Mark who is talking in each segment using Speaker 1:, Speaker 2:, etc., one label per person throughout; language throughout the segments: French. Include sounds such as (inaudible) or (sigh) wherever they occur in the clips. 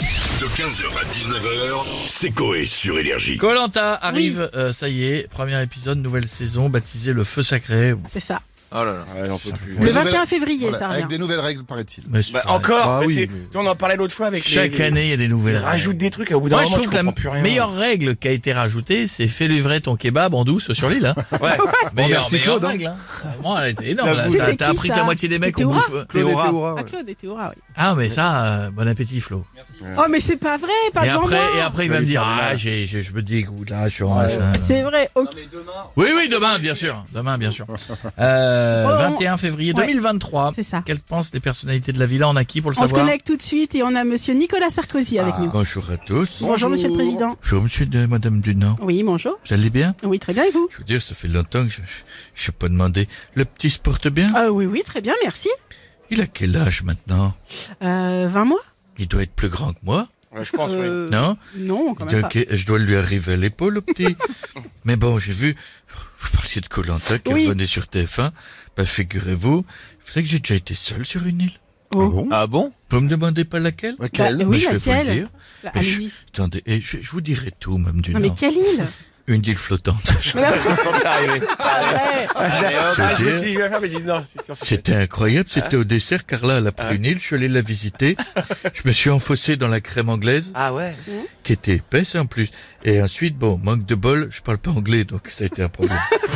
Speaker 1: De 15h à 19h, c'est Coé sur Énergie.
Speaker 2: Colanta arrive, euh, ça y est, premier épisode, nouvelle saison, baptisé le feu sacré.
Speaker 3: C'est ça.
Speaker 4: Oh là là.
Speaker 3: Le
Speaker 5: Des
Speaker 3: 21
Speaker 5: nouvelles-
Speaker 3: février,
Speaker 5: Voilà,
Speaker 3: ça
Speaker 5: avec
Speaker 3: revient.
Speaker 5: des nouvelles règles, paraît-il.
Speaker 2: Mais c'est
Speaker 4: Bah,
Speaker 2: vrai.
Speaker 4: encore,
Speaker 5: Ah
Speaker 4: mais
Speaker 5: oui,
Speaker 4: c'est-
Speaker 5: mais-
Speaker 4: on en parlait l'autre fois avec
Speaker 2: Chaque
Speaker 4: les...
Speaker 2: année, il y a des nouvelles.
Speaker 4: Ils rajoutent
Speaker 2: règles.
Speaker 4: des trucs, au bout d'un
Speaker 2: Moi, je
Speaker 4: moment,
Speaker 2: trouve
Speaker 4: tu
Speaker 2: que la
Speaker 4: comprends plus rien.
Speaker 2: meilleure règle qui a été rajoutée, c'est fais livrer ton kebab en douce sur l'île. Hein.
Speaker 4: (laughs) Ouais.
Speaker 2: meilleure,
Speaker 5: merci
Speaker 2: meilleure
Speaker 5: Claude, hein.
Speaker 2: règle. Hein. Vraiment, elle était énorme.
Speaker 5: La
Speaker 2: là.
Speaker 5: boule.
Speaker 2: T'as
Speaker 3: C'était
Speaker 2: t'as
Speaker 3: qui,
Speaker 2: appris que
Speaker 3: ça
Speaker 2: la moitié des mecs
Speaker 3: C'était
Speaker 2: on
Speaker 3: Théora
Speaker 2: bouffe. euh,
Speaker 5: Claude et
Speaker 2: Théora.
Speaker 5: Théora,
Speaker 3: Ah,
Speaker 5: ouais.
Speaker 3: Claude et Théora, oui.
Speaker 2: Ah, mais ça, euh, bon appétit, Flo.
Speaker 3: Oh, mais c'est pas vrai, pas
Speaker 2: et
Speaker 3: devant
Speaker 2: après,
Speaker 3: moi.
Speaker 2: et euh, après, il va me dire, ah, j'ai, j'ai- je me dégoûte là, sur un, ça.
Speaker 3: C'est vrai. ok.
Speaker 2: Oui, oui, demain, bien sûr. Demain, bien sûr. Euh,
Speaker 3: Oh, on-
Speaker 2: 21 février
Speaker 3: Ouais.
Speaker 2: 2023.
Speaker 3: C'est ça.
Speaker 2: Quelles pensent les personnalités de la villa? On a qui pour le
Speaker 3: On se
Speaker 2: savoir?
Speaker 3: connecte tout de suite et on a monsieur Nicolas Sarkozy avec nous.
Speaker 2: Bonjour à tous.
Speaker 3: Bonjour, monsieur le président.
Speaker 2: Bonjour monsieur de madame Dunant.
Speaker 3: Oui, bonjour.
Speaker 2: Vous allez bien
Speaker 3: Oui, très bien, et vous
Speaker 2: Je veux dire, ça fait longtemps que je je n'ai pas demandé. Le petit se porte bien
Speaker 3: Ah Oui, oui, très bien, merci.
Speaker 2: Il a quel âge maintenant
Speaker 3: Euh, 20 mois
Speaker 2: Il doit être plus grand que moi,
Speaker 4: Ouais, je pense, oui.
Speaker 3: Euh,
Speaker 2: non
Speaker 3: Non, quand
Speaker 2: Il
Speaker 3: même
Speaker 2: doit-
Speaker 3: pas.
Speaker 2: que- Je dois lui arriver à l'épaule, le
Speaker 3: (laughs)
Speaker 2: petit. Mais bon, j'ai vu, vous parliez de Colanta qui
Speaker 3: Oui.
Speaker 2: revenait sur TF1. Bah, figurez-vous, vous savez que j'ai déjà été seul sur une île.
Speaker 3: Oh.
Speaker 4: Ah bon
Speaker 2: Vous me demandez pas laquelle
Speaker 3: Bah,
Speaker 5: Laquelle
Speaker 3: oui,
Speaker 2: Mais je vais vous le
Speaker 3: laquelle
Speaker 2: dire.
Speaker 3: Bah,
Speaker 2: Mais je-
Speaker 3: Allez-y.
Speaker 2: Attendez, et je, je vous dirai tout, même du
Speaker 3: Non, mais
Speaker 2: Nord.
Speaker 3: quelle île
Speaker 2: (laughs) Une île flottante.
Speaker 3: Ouais.
Speaker 4: Allez, hop, ah,
Speaker 2: C'est
Speaker 4: Je me
Speaker 2: bien.
Speaker 4: suis dit, je vais faire, mais j'ai dit, non, c'est sûr, c'est
Speaker 2: C'était incroyable, c'était au dessert. Carla, elle a pris une île, je suis allé la visiter. Je me suis enfoncé dans la crème anglaise,
Speaker 4: Ah ouais
Speaker 2: qui était épaisse en plus. Et ensuite, bon, manque de bol, je parle pas anglais, donc ça a été un problème.
Speaker 3: (laughs)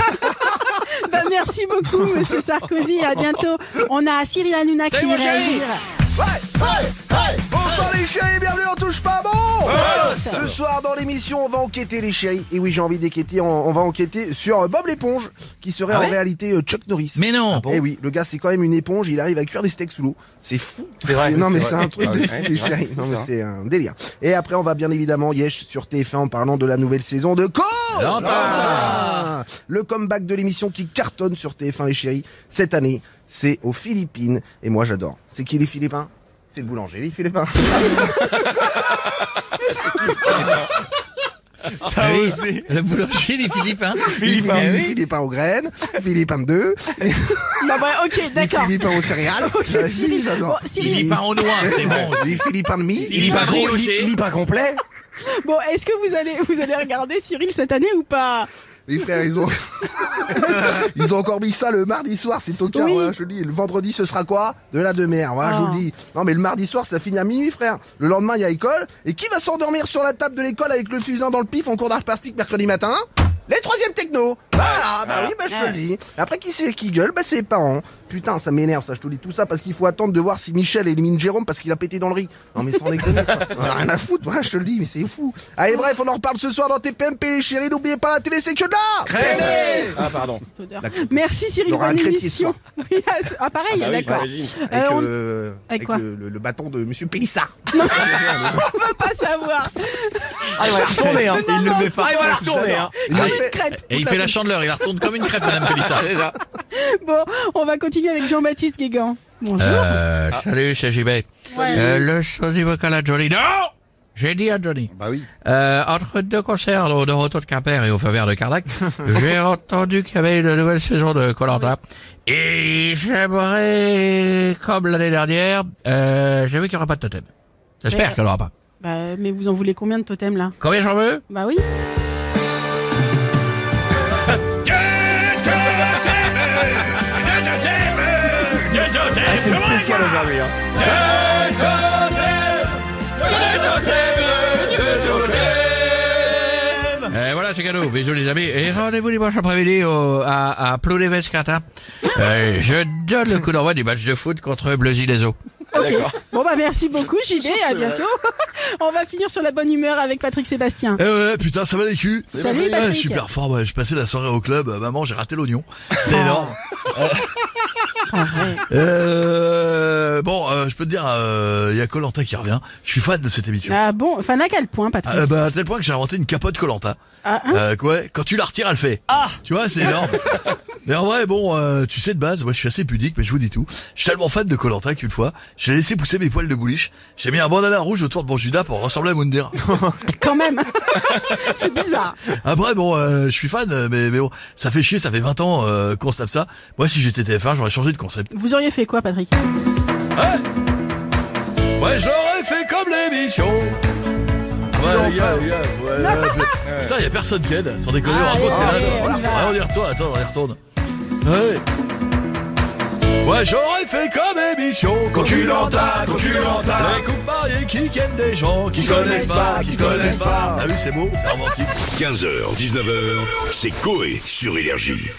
Speaker 3: Bah, merci beaucoup, monsieur Sarkozy. À bientôt. On a Cyril Hanouna qui
Speaker 2: Salut, mon
Speaker 3: veut
Speaker 2: chéri.
Speaker 3: réagir.
Speaker 6: Bonsoir les chéris, bienvenue dans Touche pas bon Euh, Ce soir dans l'émission, on va enquêter les chéris. Et oui, j'ai envie d'enquêter, on, on va enquêter sur Bob l'éponge, qui serait
Speaker 2: Ah ouais
Speaker 6: en réalité euh, Chuck Norris.
Speaker 2: (laughs) Mais non!
Speaker 6: Eh oui, le gars c'est quand même une éponge, il arrive à cuire des steaks sous l'eau. C'est fou.
Speaker 4: C'est vrai,
Speaker 6: Non
Speaker 4: c'est
Speaker 6: mais
Speaker 4: vrai.
Speaker 6: c'est un truc de
Speaker 4: Ouais,
Speaker 6: fou
Speaker 4: c'est
Speaker 6: les
Speaker 4: vrai,
Speaker 6: chéris.
Speaker 4: c'est
Speaker 6: Non mais
Speaker 4: ça.
Speaker 6: c'est un délire. Et après on va bien évidemment Yesh sur TF1 en parlant de la nouvelle saison de Co. Ah Le comeback de l'émission qui cartonne sur TF1 les chéris cette année, c'est aux Philippines et moi j'adore. C'est qui les Philippins C'est le boulanger les Philippins.
Speaker 2: Ah oui, Le boulanger, les Philippins.
Speaker 6: Philippins,
Speaker 2: Eh oui.
Speaker 6: Philippins aux graines, Philippins 2,
Speaker 3: Non, bah, ok, d'accord.
Speaker 6: Philippins aux céréales.
Speaker 3: (laughs)
Speaker 6: Ah, si,
Speaker 3: Cyril.
Speaker 6: j'adore.
Speaker 3: Bon, Cyril.
Speaker 2: Philippins en noir, c'est (laughs) bon.
Speaker 6: (laughs) Les Philippins de mie.
Speaker 2: Philippins
Speaker 4: pas
Speaker 2: gris
Speaker 4: con-
Speaker 2: aussi.
Speaker 4: il- il est pas complet
Speaker 3: Bon, est-ce que vous allez, vous allez regarder Cyril cette année ou pas
Speaker 6: Les frères, ils ont... ils ont encore mis ça le mardi soir, c'est tocard,
Speaker 3: Oui.
Speaker 6: voilà, je te dis. Le vendredi, ce sera quoi De la de mer, voilà, je
Speaker 3: Ah.
Speaker 6: vous le dis. Non, mais le mardi soir, ça finit à minuit, frère. Le lendemain, il y a école. Et qui va s'endormir sur la table de l'école avec le fusain dans le pif en cours d'art plastique mercredi matin les troisièmes techno
Speaker 3: Ah.
Speaker 6: Voilà, bah oui, bah je te le dis. Après, qui c'est qui gueule Bah c'est les parents. Putain, ça m'énerve, ça, je te le dis tout ça, parce qu'il faut attendre de voir si Michel élimine Jérôme parce qu'il a pété dans le riz. Non mais
Speaker 3: (laughs)
Speaker 6: sans déconner, quoi. on a rien à foutre, voilà, je te le dis, mais c'est fou. Allez, bref, on en reparle ce soir dans TPMP, les chéris, n'oubliez pas la télé, c'est que de là
Speaker 4: Ah pardon.
Speaker 3: Merci Cyril,
Speaker 6: Laura
Speaker 3: bonne
Speaker 6: Crépy,
Speaker 3: émission. (laughs) Oui, ah, c'est- ah, pareil,
Speaker 4: Ah bah oui,
Speaker 3: d'accord.
Speaker 4: j'imagine.
Speaker 3: Euh,
Speaker 6: Avec,
Speaker 3: on
Speaker 6: euh, avec
Speaker 3: quoi Ah
Speaker 6: le, le- le bâton de Monsieur Pélissard.
Speaker 3: ne peut pas savoir.
Speaker 4: Ah il va la retourner hein
Speaker 3: Il le met pas.
Speaker 4: Ah il va la retourner hein
Speaker 6: Il
Speaker 2: Ah
Speaker 6: le
Speaker 2: oui.
Speaker 6: fait-
Speaker 3: Crêpe.
Speaker 2: Et il fait la chandeleur, il la retourne comme une crêpe, madame Pélissard.
Speaker 4: C'est ça.
Speaker 3: Bon, on va continuer avec Jean-Baptiste Guégan. Bonjour.
Speaker 2: Euh, salut, c'est JB.
Speaker 3: Ouais.
Speaker 2: Euh, le sosie vocal à Johnny. Non! J'ai dit à Johnny.
Speaker 5: Bah oui.
Speaker 2: Euh, entre deux concerts au Dorotho de Quimper et au Faveur de Carlac, j'ai entendu qu'il y avait une nouvelle saison de Colanta. Et j'aimerais, comme l'année dernière, euh, j'ai vu qu'il n'y aura pas de totem. J'espère
Speaker 3: Mais-
Speaker 2: qu'il n'y en aura pas.
Speaker 3: Bah, mais vous en voulez combien de totems là
Speaker 2: Combien j'en
Speaker 3: (laughs)
Speaker 2: veux
Speaker 3: Bah oui.
Speaker 4: Ah, C'est le spécial aujourd'hui hein.
Speaker 2: Euh, Voilà, c'est cadeau. Bisous les amis. Et rendez-vous dimanche après-midi au- à, à Plounévez-Quintin. Euh, je donne le coup d'envoi du match de foot contre Bleuzy-les-Eaux.
Speaker 4: Ah,
Speaker 3: Ok. Bon bah merci beaucoup JB, à bientôt. (laughs) on va finir sur la bonne humeur avec Patrick Sébastien.
Speaker 7: Eh ouais, putain, ça va les culs
Speaker 3: Salut,
Speaker 7: Ouais,
Speaker 3: Patrick.
Speaker 7: Je suis super fort, ouais. je passais la soirée au club, euh, maman, j'ai raté l'oignon. C'est
Speaker 3: Ah.
Speaker 7: énorme. Euh, bon, euh, je peux te dire, euh, il y a Colanta qui revient. Je suis fan de cette émission.
Speaker 3: Ah bon, fan à quel point Patrick
Speaker 7: Euh, bah, à tel point que j'ai inventé une capote Colanta.
Speaker 3: Ah, hein
Speaker 7: Euh, quoi, quand tu la retires, elle fait. Ah Tu vois, c'est énorme. mais en vrai, bon, euh, tu sais de base, moi je suis assez pudique, mais je vous dis tout. Je suis tellement fan de Colanta qu'une fois, j'ai laissé pousser mes poils de bouliche. J'ai mis un bandana rouge autour de mon judas pour ressembler à Moundir.
Speaker 3: Quand même. (laughs) C'est bizarre.
Speaker 7: Après, bon, euh, je suis fan, euh, mais, mais bon, ça fait chier, ça fait 20 ans euh, qu'on se tape ça. Moi, si j'étais TF1, j'aurais changé de concept.
Speaker 3: Vous auriez fait quoi Patrick
Speaker 7: Ouais, j'aurais fait comme l'émission.
Speaker 2: ouais, ouais,
Speaker 7: (laughs)
Speaker 2: ouais. Putain, y a personne qui aide, sans déconner, on
Speaker 3: Ah,
Speaker 2: raconte,
Speaker 3: allez,
Speaker 2: t'es là,
Speaker 3: allez,
Speaker 2: genre.
Speaker 3: on y va.
Speaker 2: Ah, on y retourne, attends, on y retourne. Ouais. Ouais, j'aurais fait comme émission, Coculanta, Coculanta. Les couples mariés qui kennent des gens qui se connaissent pas, qui se connaissent pas. Ah oui, c'est beau, c'est romantique.
Speaker 1: 15h, 19h, c'est Coé sur Énergie.